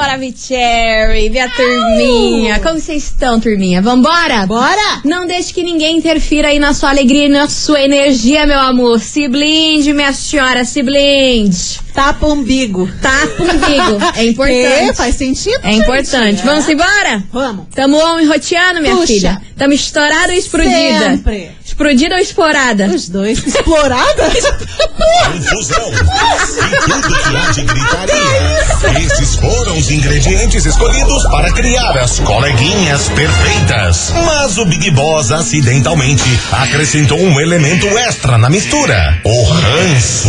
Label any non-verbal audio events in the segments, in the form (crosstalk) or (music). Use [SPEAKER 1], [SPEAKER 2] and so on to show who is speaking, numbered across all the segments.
[SPEAKER 1] Sabe, Cherry, minha turminha. Como vocês estão, turminha? Vambora?
[SPEAKER 2] Bora!
[SPEAKER 1] Não deixe que ninguém interfira aí na sua alegria e na sua energia, meu amor. Se blinde, minha senhora, se blinde.
[SPEAKER 2] Tapa o umbigo.
[SPEAKER 1] Tapa o umbigo.
[SPEAKER 2] (laughs)
[SPEAKER 1] É
[SPEAKER 2] Que?
[SPEAKER 1] importante.
[SPEAKER 2] Faz sentido?
[SPEAKER 1] É
[SPEAKER 2] gente?
[SPEAKER 1] importante. Vamos embora?
[SPEAKER 2] Vamos.
[SPEAKER 1] Tamo on e roteando, minha
[SPEAKER 2] Puxa.
[SPEAKER 1] filha. Tamo estourada ou explodida?
[SPEAKER 2] Sempre.
[SPEAKER 1] Explodida ou esporada?
[SPEAKER 2] Os dois.
[SPEAKER 1] (laughs)
[SPEAKER 2] Explorada?
[SPEAKER 3] Confusão e tudo que há de gritaria. Esses foram os ingredientes escolhidos para criar as coleguinhas perfeitas. Mas o Big Boss acidentalmente acrescentou um elemento extra na mistura: o ranço.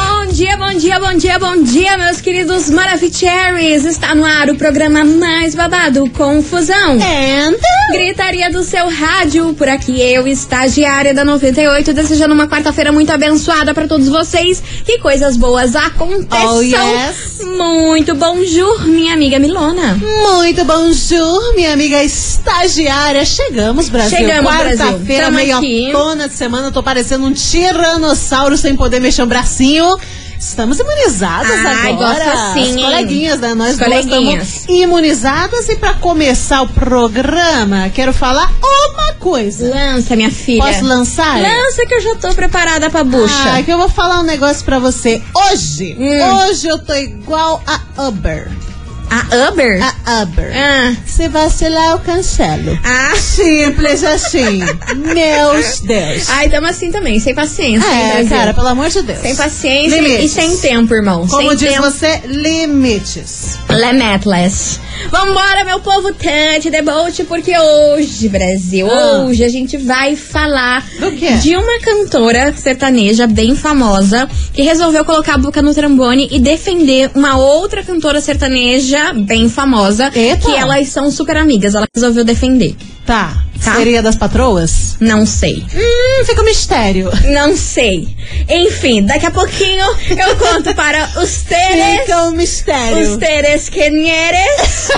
[SPEAKER 1] dia, bom dia, bom dia, bom dia, meus queridos Maravicheries. Está no ar o programa mais babado, Confusão.
[SPEAKER 2] And...
[SPEAKER 1] Gritaria do seu rádio, por aqui eu, estagiária da 98, desejando uma quarta-feira muito abençoada pra todos vocês. Que coisas boas aconteçam.
[SPEAKER 2] Oh, yes.
[SPEAKER 1] Muito bom jur, minha amiga Milona.
[SPEAKER 2] Muito bonjour, minha amiga estagiária. Chegamos, Brasil.
[SPEAKER 1] Chegamos, Brasil.
[SPEAKER 2] Quarta-feira,
[SPEAKER 1] Tamo
[SPEAKER 2] meio
[SPEAKER 1] aqui.
[SPEAKER 2] tona de semana. Tô parecendo um tiranossauro sem poder mexer um bracinho. Estamos imunizadas
[SPEAKER 1] Ai,
[SPEAKER 2] agora.
[SPEAKER 1] gosto assim,
[SPEAKER 2] As
[SPEAKER 1] hein?
[SPEAKER 2] coleguinhas, né? Nós
[SPEAKER 1] As
[SPEAKER 2] duas
[SPEAKER 1] coleguinhas.
[SPEAKER 2] estamos imunizadas. E pra começar o programa, quero falar uma coisa.
[SPEAKER 1] Lança, minha filha.
[SPEAKER 2] Posso lançar?
[SPEAKER 1] Lança que eu já tô preparada pra bucha.
[SPEAKER 2] Ah, que eu vou falar um negócio pra você. Hoje,
[SPEAKER 1] Hum.
[SPEAKER 2] hoje eu tô igual a Uber.
[SPEAKER 1] A Uber?
[SPEAKER 2] A Uber.
[SPEAKER 1] Ah.
[SPEAKER 2] Se vacilar, eu cancelo.
[SPEAKER 1] Ah.
[SPEAKER 2] Simples assim. Meus Deus.
[SPEAKER 1] Ai, tamo assim também, sem paciência. hein,
[SPEAKER 2] É,
[SPEAKER 1] Brasil?
[SPEAKER 2] cara, pelo amor de Deus.
[SPEAKER 1] Sem paciência
[SPEAKER 2] Limites.
[SPEAKER 1] e sem tempo, irmão.
[SPEAKER 2] Como
[SPEAKER 1] sem
[SPEAKER 2] diz
[SPEAKER 1] tempo.
[SPEAKER 2] você, limites.
[SPEAKER 1] Limitless. Vambora, meu povo Tante Debote, porque hoje, Brasil,
[SPEAKER 2] Ah.
[SPEAKER 1] hoje a gente vai falar
[SPEAKER 2] Do quê?
[SPEAKER 1] de uma cantora sertaneja bem famosa que resolveu colocar a boca no trambone e defender uma outra cantora sertaneja bem famosa
[SPEAKER 2] Eita.
[SPEAKER 1] que elas são super amigas. Ela resolveu defender.
[SPEAKER 2] Tá.
[SPEAKER 1] Tá.
[SPEAKER 2] Seria das patroas?
[SPEAKER 1] Não sei.
[SPEAKER 2] Hum, fica um mistério.
[SPEAKER 1] Não sei. Enfim, daqui a pouquinho eu conto para os teres.
[SPEAKER 2] Fica um mistério.
[SPEAKER 1] Os teres quenieres.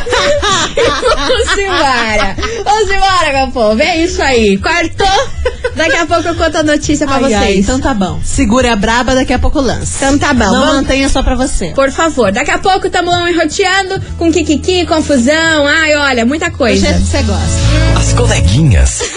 [SPEAKER 1] Vamos embora. Vamos embora, meu povo. É isso aí. Quartou. Daqui a pouco eu conto a notícia pra
[SPEAKER 2] Ai,
[SPEAKER 1] vocês.
[SPEAKER 2] ai, então tá bom. Segura a braba, daqui a pouco lança.
[SPEAKER 1] Então tá bom.
[SPEAKER 2] Não
[SPEAKER 1] Vamos-
[SPEAKER 2] mantenha só pra você.
[SPEAKER 1] Por favor, daqui a pouco tamo enroteando com kikiki, confusão. Ai, olha, muita
[SPEAKER 2] Do
[SPEAKER 1] coisa.
[SPEAKER 2] jeito que você gosta.
[SPEAKER 4] As coleguinhas. (laughs)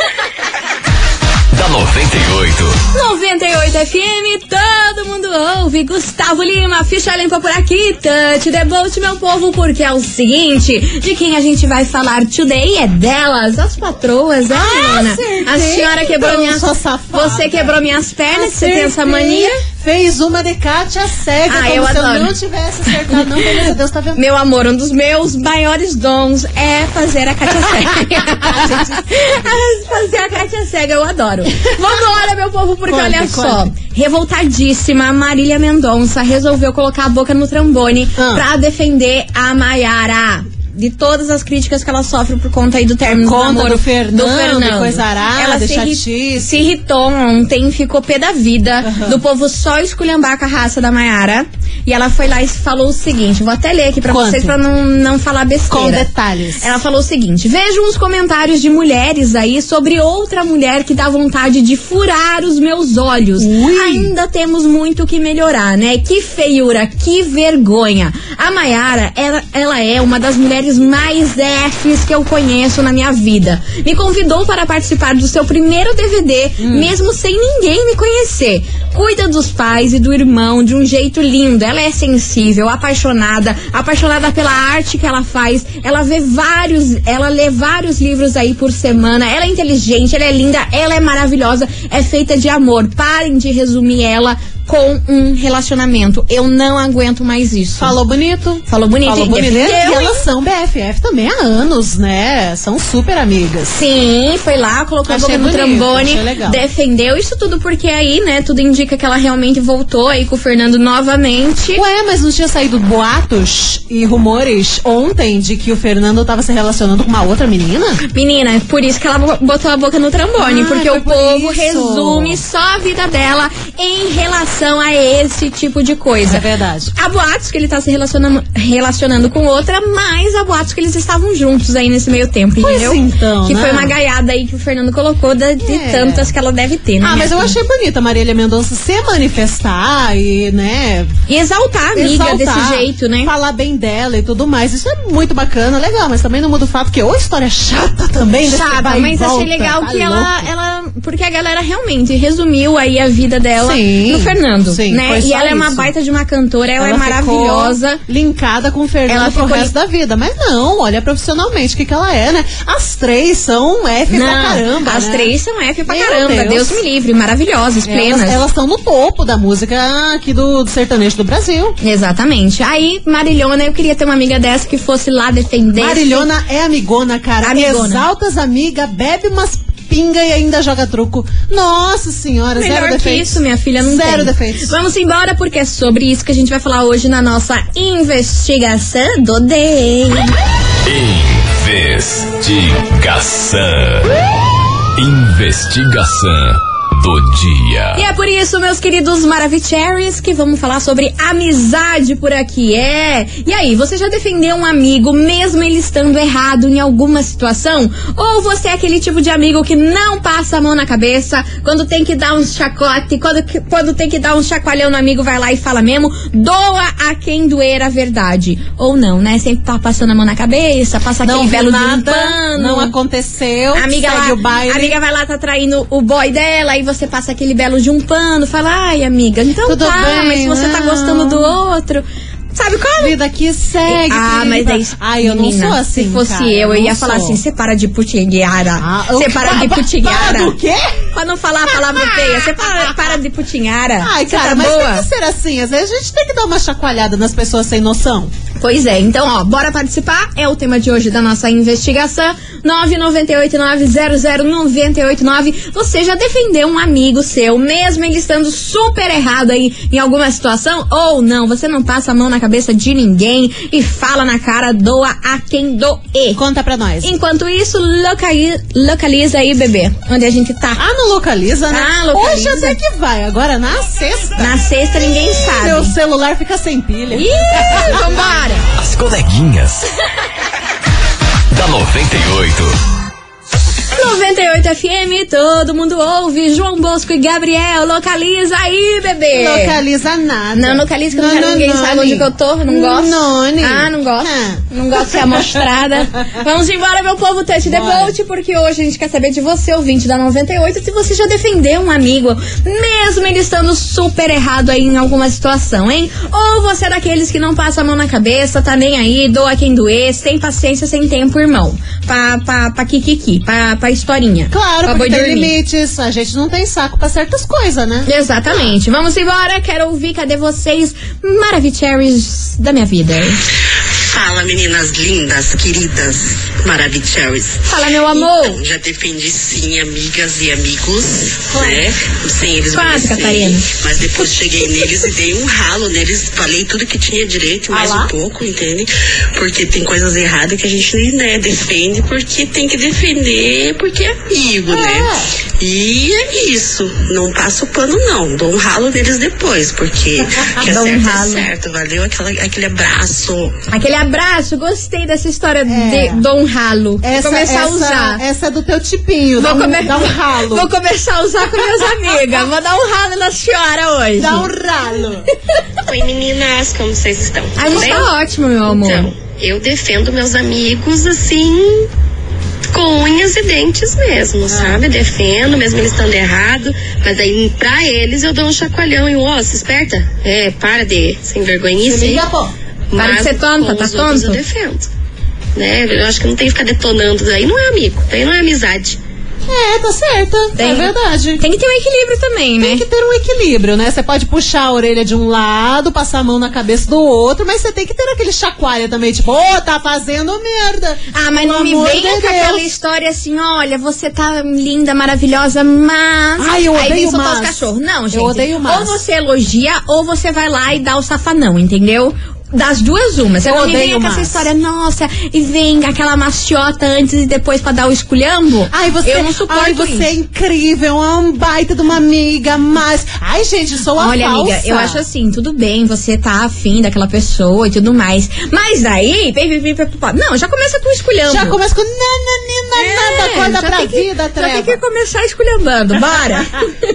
[SPEAKER 4] da 98.
[SPEAKER 1] 98 FM, todo mundo ouve. Gustavo Lima, ficha limpa por aqui. Touch the boat, meu povo, porque é o seguinte: de quem a gente vai falar today é delas, as patroas, né, Milona?
[SPEAKER 2] acertei,
[SPEAKER 1] A senhora quebrou
[SPEAKER 2] então,
[SPEAKER 1] minhas.
[SPEAKER 2] sua safada.
[SPEAKER 1] Você quebrou minhas pernas, que você tem essa mania.
[SPEAKER 2] Ah, Fez uma de Kátia cega,
[SPEAKER 1] Ah,
[SPEAKER 2] como
[SPEAKER 1] eu
[SPEAKER 2] se
[SPEAKER 1] adoro.
[SPEAKER 2] eu não tivesse acertado. Não, beleza, Deus tá vendo.
[SPEAKER 1] Meu amor, um dos meus maiores dons é fazer a Cátia Cega.
[SPEAKER 2] (laughs)
[SPEAKER 1] (laughs) Ah, fazer a Cátia Cega, eu adoro. Vambora, meu povo, porque
[SPEAKER 2] Conta,
[SPEAKER 1] olha só.
[SPEAKER 2] conta.
[SPEAKER 1] Revoltadíssima, a Marília Mendonça resolveu colocar a boca no trambone
[SPEAKER 2] Ah.
[SPEAKER 1] pra defender a Maiara. De todas as críticas que ela sofre por conta aí do término
[SPEAKER 2] Conta
[SPEAKER 1] do namoro
[SPEAKER 2] do Fernando, coisa arada,
[SPEAKER 1] Ela se,
[SPEAKER 2] chatice.
[SPEAKER 1] irri- se irritou ontem, ficou pé da vida do povo só esculhambar com a raça da Maiara. E ela foi lá e falou o seguinte: vou até ler aqui pra
[SPEAKER 2] Quanto?
[SPEAKER 1] vocês pra não, não falar besteira.
[SPEAKER 2] Com detalhes.
[SPEAKER 1] Ela falou o seguinte: vejam os comentários de mulheres aí sobre outra mulher que dá vontade de furar os meus olhos.
[SPEAKER 2] Ui.
[SPEAKER 1] Ainda temos muito o que melhorar, né? Que feiura, que vergonha. A Mayara, ela, ela é uma das mulheres mais Fs que eu conheço na minha vida. Me convidou para participar do seu primeiro DVD,
[SPEAKER 2] Hum.
[SPEAKER 1] mesmo sem ninguém me conhecer. Cuida dos pais e do irmão de um jeito lindo. Ela é sensível, apaixonada, apaixonada pela arte que ela faz. Ela vê vários, ela lê vários livros aí por semana. Ela é inteligente, ela é linda, ela é maravilhosa, é feita de amor. Parem de resumir ela com um relacionamento. Eu não aguento mais isso.
[SPEAKER 2] Falou bonito.
[SPEAKER 1] Falou bonito,
[SPEAKER 2] Falou
[SPEAKER 1] hein?
[SPEAKER 2] bonito. E
[SPEAKER 1] Defendeu, hein?
[SPEAKER 2] elas são BFF também há anos, né? São super amigas.
[SPEAKER 1] Sim, foi lá, colocou a boca
[SPEAKER 2] Achei
[SPEAKER 1] no
[SPEAKER 2] bonito,
[SPEAKER 1] trambone,
[SPEAKER 2] achei legal.
[SPEAKER 1] defendeu isso tudo porque aí, né, tudo indica que ela realmente voltou aí com o Fernando novamente.
[SPEAKER 2] Ué, mas não tinha saído boatos e rumores ontem de que o Fernando tava se relacionando com uma outra menina?
[SPEAKER 1] Menina, é por isso que ela bo- botou a boca no trambone,
[SPEAKER 2] Ah,
[SPEAKER 1] porque
[SPEAKER 2] foi
[SPEAKER 1] o
[SPEAKER 2] por
[SPEAKER 1] povo
[SPEAKER 2] isso.
[SPEAKER 1] resume só a vida dela em relação a esse tipo de coisa.
[SPEAKER 2] É verdade.
[SPEAKER 1] Há boatos que ele tá se relacionando, relacionando com outra, mas há boatos que eles estavam juntos aí nesse meio tempo,
[SPEAKER 2] Pois
[SPEAKER 1] entendeu?
[SPEAKER 2] então,
[SPEAKER 1] que
[SPEAKER 2] né?
[SPEAKER 1] foi uma gaiada aí que o Fernando colocou da- de
[SPEAKER 2] É.
[SPEAKER 1] tantas que ela deve ter, né?
[SPEAKER 2] Ah, mas eu achei bonita a Marília Mendonça se manifestar e, né,
[SPEAKER 1] E exaltar a amiga
[SPEAKER 2] exaltar,
[SPEAKER 1] desse jeito, né?
[SPEAKER 2] tá. Falar bem dela e tudo mais. Isso é muito bacana, legal, mas também não muda o fato que ou a história é chata também, desse
[SPEAKER 1] Chata,
[SPEAKER 2] vai e
[SPEAKER 1] mas achei
[SPEAKER 2] volta,
[SPEAKER 1] legal
[SPEAKER 2] tá
[SPEAKER 1] que ela,
[SPEAKER 2] louco.
[SPEAKER 1] ela. Porque a galera realmente resumiu aí a vida dela
[SPEAKER 2] Sim,
[SPEAKER 1] no Fernando.
[SPEAKER 2] sim,
[SPEAKER 1] né?
[SPEAKER 2] foi
[SPEAKER 1] E
[SPEAKER 2] só
[SPEAKER 1] ela é uma
[SPEAKER 2] isso.
[SPEAKER 1] baita de uma cantora, ela, é
[SPEAKER 2] ficou
[SPEAKER 1] maravilhosa.
[SPEAKER 2] Linkada com o
[SPEAKER 1] Ela
[SPEAKER 2] Fernando pro
[SPEAKER 1] ficou
[SPEAKER 2] resto da vida. Mas não, olha profissionalmente o que, que ela é, né? As três são F pra caramba.
[SPEAKER 1] as
[SPEAKER 2] né?
[SPEAKER 1] três são F pra
[SPEAKER 2] Meu
[SPEAKER 1] caramba. Deus.
[SPEAKER 2] Deus.
[SPEAKER 1] me livre, maravilhosas, plenas.
[SPEAKER 2] Elas- Elas estão no topo da música aqui do, do sertanejo do Brasil.
[SPEAKER 1] Exatamente. Aí, Marilhona, eu queria ter uma amiga dessa que fosse lá defender.
[SPEAKER 2] Marilhona é amigona, cara.
[SPEAKER 1] Amigona.
[SPEAKER 2] Exalta as amigas, bebe umas pinga e ainda joga truco. Nossa senhora,
[SPEAKER 1] Melhor
[SPEAKER 2] zero
[SPEAKER 1] que
[SPEAKER 2] defeitos.
[SPEAKER 1] isso, minha filha, não
[SPEAKER 2] Zero
[SPEAKER 1] tem.
[SPEAKER 2] defeitos.
[SPEAKER 1] Vamos embora, porque é sobre isso que a gente vai falar hoje na nossa investigação do DEI.
[SPEAKER 4] Investigação. Investigação do
[SPEAKER 1] E
[SPEAKER 4] dia.
[SPEAKER 1] é por isso, meus queridos Maravicheries, que vamos falar sobre amizade por aqui. É. E aí, você já defendeu um amigo, mesmo ele estando errado em alguma situação? Ou você é aquele tipo de amigo que não passa a mão na cabeça, quando tem que dar um chacote, quando, que- quando tem que dar um chacoalhão no amigo, vai lá e fala mesmo? Doa a quem doer a verdade. Ou não, né? Sempre tá passando a mão na cabeça, passa
[SPEAKER 2] Não
[SPEAKER 1] aquele
[SPEAKER 2] vi
[SPEAKER 1] belo de um
[SPEAKER 2] nada,
[SPEAKER 1] pano.
[SPEAKER 2] não aconteceu.
[SPEAKER 1] A amiga
[SPEAKER 2] segue
[SPEAKER 1] lá,
[SPEAKER 2] o baile.
[SPEAKER 1] a amiga vai lá, tá traindo o boy dela, aí você passa aquele belo de um pano, fala, ai, amiga, então
[SPEAKER 2] Tudo
[SPEAKER 1] tá, mas
[SPEAKER 2] bem,
[SPEAKER 1] você tá
[SPEAKER 2] não."
[SPEAKER 1] gostando do outro. Sabe como?
[SPEAKER 2] Vida que segue.
[SPEAKER 1] Ah,
[SPEAKER 2] querida.
[SPEAKER 1] mas é isso.
[SPEAKER 2] Ai, eu não
[SPEAKER 1] menina,
[SPEAKER 2] sou assim.
[SPEAKER 1] Se fosse
[SPEAKER 2] cara,
[SPEAKER 1] eu, eu
[SPEAKER 2] não
[SPEAKER 1] ia falar
[SPEAKER 2] sou.
[SPEAKER 1] assim: você para de putinhara.
[SPEAKER 2] Ah,
[SPEAKER 1] Você
[SPEAKER 2] o-
[SPEAKER 1] para
[SPEAKER 2] pa- (laughs)
[SPEAKER 1] de
[SPEAKER 2] pa-
[SPEAKER 1] putinhara.
[SPEAKER 2] para o quê?
[SPEAKER 1] Pra não falar a palavra feia. Você para, para de putinhara.
[SPEAKER 2] Ai,
[SPEAKER 1] Você
[SPEAKER 2] cara,
[SPEAKER 1] tá
[SPEAKER 2] mas
[SPEAKER 1] boa?
[SPEAKER 2] tem que ser assim. Às vezes a gente tem que dar uma chacoalhada nas pessoas sem noção.
[SPEAKER 1] Pois é, então, ó, bora participar. É o tema de hoje da nossa investigação. 998900989. Você já defendeu um amigo seu, mesmo ele estando super errado aí em alguma situação? Ou não? Você não passa a mão na cabeça de ninguém e fala na cara, doa a quem doer.
[SPEAKER 2] Conta pra nós.
[SPEAKER 1] Enquanto isso, locali- localiza aí, bebê, onde a gente tá.
[SPEAKER 2] Ah, não localiza, né?
[SPEAKER 1] Ah, localiza.
[SPEAKER 2] Hoje até que vai. Agora na sexta.
[SPEAKER 1] Na sexta ninguém sabe.
[SPEAKER 2] Meu celular fica sem pilha.
[SPEAKER 1] Ih, vambora!
[SPEAKER 4] As coleguinhas. da 98.
[SPEAKER 1] 98 FM, todo mundo ouve. João Bosco e Gabriel, localiza aí, bebê.
[SPEAKER 2] Localiza nada.
[SPEAKER 1] Não, localiza que eu não, quero ninguém sabe onde que eu tô. Não gosto.
[SPEAKER 2] Noni.
[SPEAKER 1] Ah, não gosto.
[SPEAKER 2] Ah.
[SPEAKER 1] Não gosto de ser
[SPEAKER 2] (laughs)
[SPEAKER 1] amostrada. Vamos embora, meu povo Touch the
[SPEAKER 2] Bora.
[SPEAKER 1] Boat, porque hoje a gente quer saber de você, ouvinte da 98, se você já defendeu um amigo, mesmo ele estando super errado aí em alguma situação, hein? Ou você é daqueles que não passa a mão na cabeça, tá nem aí, doa quem doer, sem paciência, sem tempo, irmão. Pra, pra, pra kikiki, pra, pra historinha.
[SPEAKER 2] Claro,
[SPEAKER 1] pra boi
[SPEAKER 2] porque tem
[SPEAKER 1] dormir.
[SPEAKER 2] limites. A gente não tem saco pra certas coisas, né?
[SPEAKER 1] Exatamente. Vamos embora. Quero ouvir, cadê vocês? Maravicheries da minha vida.
[SPEAKER 5] Fala, meninas lindas, queridas, maravilhosas.
[SPEAKER 1] Fala, meu amor.
[SPEAKER 5] Então, já defendi sim amigas e amigos, né? Sem eles
[SPEAKER 1] Quase,
[SPEAKER 5] merecerem.
[SPEAKER 1] Catarina.
[SPEAKER 5] Mas depois cheguei neles e dei um ralo neles. Falei tudo que tinha direito,
[SPEAKER 1] Ah
[SPEAKER 5] mais um pouco, entende? Porque tem coisas erradas que a gente, né, defende porque tem que defender porque é amigo, né? E é isso. Não passo pano, não. Dou um ralo neles depois,
[SPEAKER 1] (laughs)
[SPEAKER 5] porque o que é
[SPEAKER 1] Dou um
[SPEAKER 5] certo
[SPEAKER 1] ralo.
[SPEAKER 5] é certo. Valeu aquela, aquele abraço.
[SPEAKER 1] Aquele abraço. Gostei dessa história
[SPEAKER 2] É.
[SPEAKER 1] de Dom Ralo. Vou começar a
[SPEAKER 2] essa-
[SPEAKER 1] usar.
[SPEAKER 2] Essa é do teu tipinho. Dá um,
[SPEAKER 1] come-
[SPEAKER 2] dá um ralo.
[SPEAKER 1] Vou começar a usar com meus amigos. Vou dar um ralo na senhora hoje.
[SPEAKER 2] Dá um ralo.
[SPEAKER 6] Oi meninas, como vocês estão?
[SPEAKER 1] A gente tá
[SPEAKER 2] um
[SPEAKER 1] ótimo, meu amor.
[SPEAKER 6] Então, eu defendo meus amigos assim, com unhas e dentes mesmo,
[SPEAKER 1] Ah.
[SPEAKER 6] sabe? Defendo, mesmo eles estando errado, mas aí pra eles eu dou um chacoalhão e um, ó, se esperta. É, para de sem vergonhice.
[SPEAKER 2] Se liga, pô.
[SPEAKER 1] Para de
[SPEAKER 6] Mas
[SPEAKER 1] ser tonta,
[SPEAKER 6] com
[SPEAKER 1] tá
[SPEAKER 6] os outros
[SPEAKER 1] tonto?
[SPEAKER 6] Eu defendo. Né? Eu acho que não tem que ficar detonando, daí não é amigo, daí não é amizade.
[SPEAKER 2] É, tá certa.
[SPEAKER 1] Tem-
[SPEAKER 2] É verdade.
[SPEAKER 1] Tem que ter um equilíbrio também,
[SPEAKER 2] Tem
[SPEAKER 1] né?
[SPEAKER 2] que ter um equilíbrio, né? Você pode puxar a orelha de um lado, passar a mão na cabeça do outro, mas você tem que ter aquele chacoalha também, tipo, ô, tá fazendo merda.
[SPEAKER 1] Ah, mas
[SPEAKER 2] Pelo
[SPEAKER 1] não me
[SPEAKER 2] amor
[SPEAKER 1] venha
[SPEAKER 2] de
[SPEAKER 1] com aquela
[SPEAKER 2] Deus.
[SPEAKER 1] história assim, olha, você tá linda, maravilhosa, mas.
[SPEAKER 2] Ai, eu
[SPEAKER 1] Aí vem
[SPEAKER 2] odeio
[SPEAKER 1] soltar os
[SPEAKER 2] mas.
[SPEAKER 1] cachorros. Não,
[SPEAKER 2] Eu
[SPEAKER 1] gente.
[SPEAKER 2] odeio mas.
[SPEAKER 1] Ou você elogia, ou você vai lá e dá o safanão, entendeu? Das duas, uma. Você
[SPEAKER 2] Eu
[SPEAKER 1] não me
[SPEAKER 2] odeio
[SPEAKER 1] vem com essa
[SPEAKER 2] massa.
[SPEAKER 1] história, nossa, e vem aquela maciota antes e depois pra dar o esculhambo.
[SPEAKER 2] Ai, você,
[SPEAKER 1] Eu não suporto
[SPEAKER 2] ai, você é
[SPEAKER 1] isso.
[SPEAKER 2] incrível, é um baita de uma amiga, mas. Ai, gente, sou a
[SPEAKER 1] Olha,
[SPEAKER 2] falsa.
[SPEAKER 1] amiga, eu acho assim, tudo bem, você tá afim daquela pessoa e tudo mais. Mas aí, vem, vem, vem, vem, pá. não, já começa com o esculhambo.
[SPEAKER 2] Já começa com. Nananina, nada, acorda
[SPEAKER 1] É, já
[SPEAKER 2] pra
[SPEAKER 1] tem que-
[SPEAKER 2] vida,
[SPEAKER 1] Já tem que
[SPEAKER 2] treva.
[SPEAKER 1] começar esculhambando,
[SPEAKER 2] (laughs)
[SPEAKER 1] bora.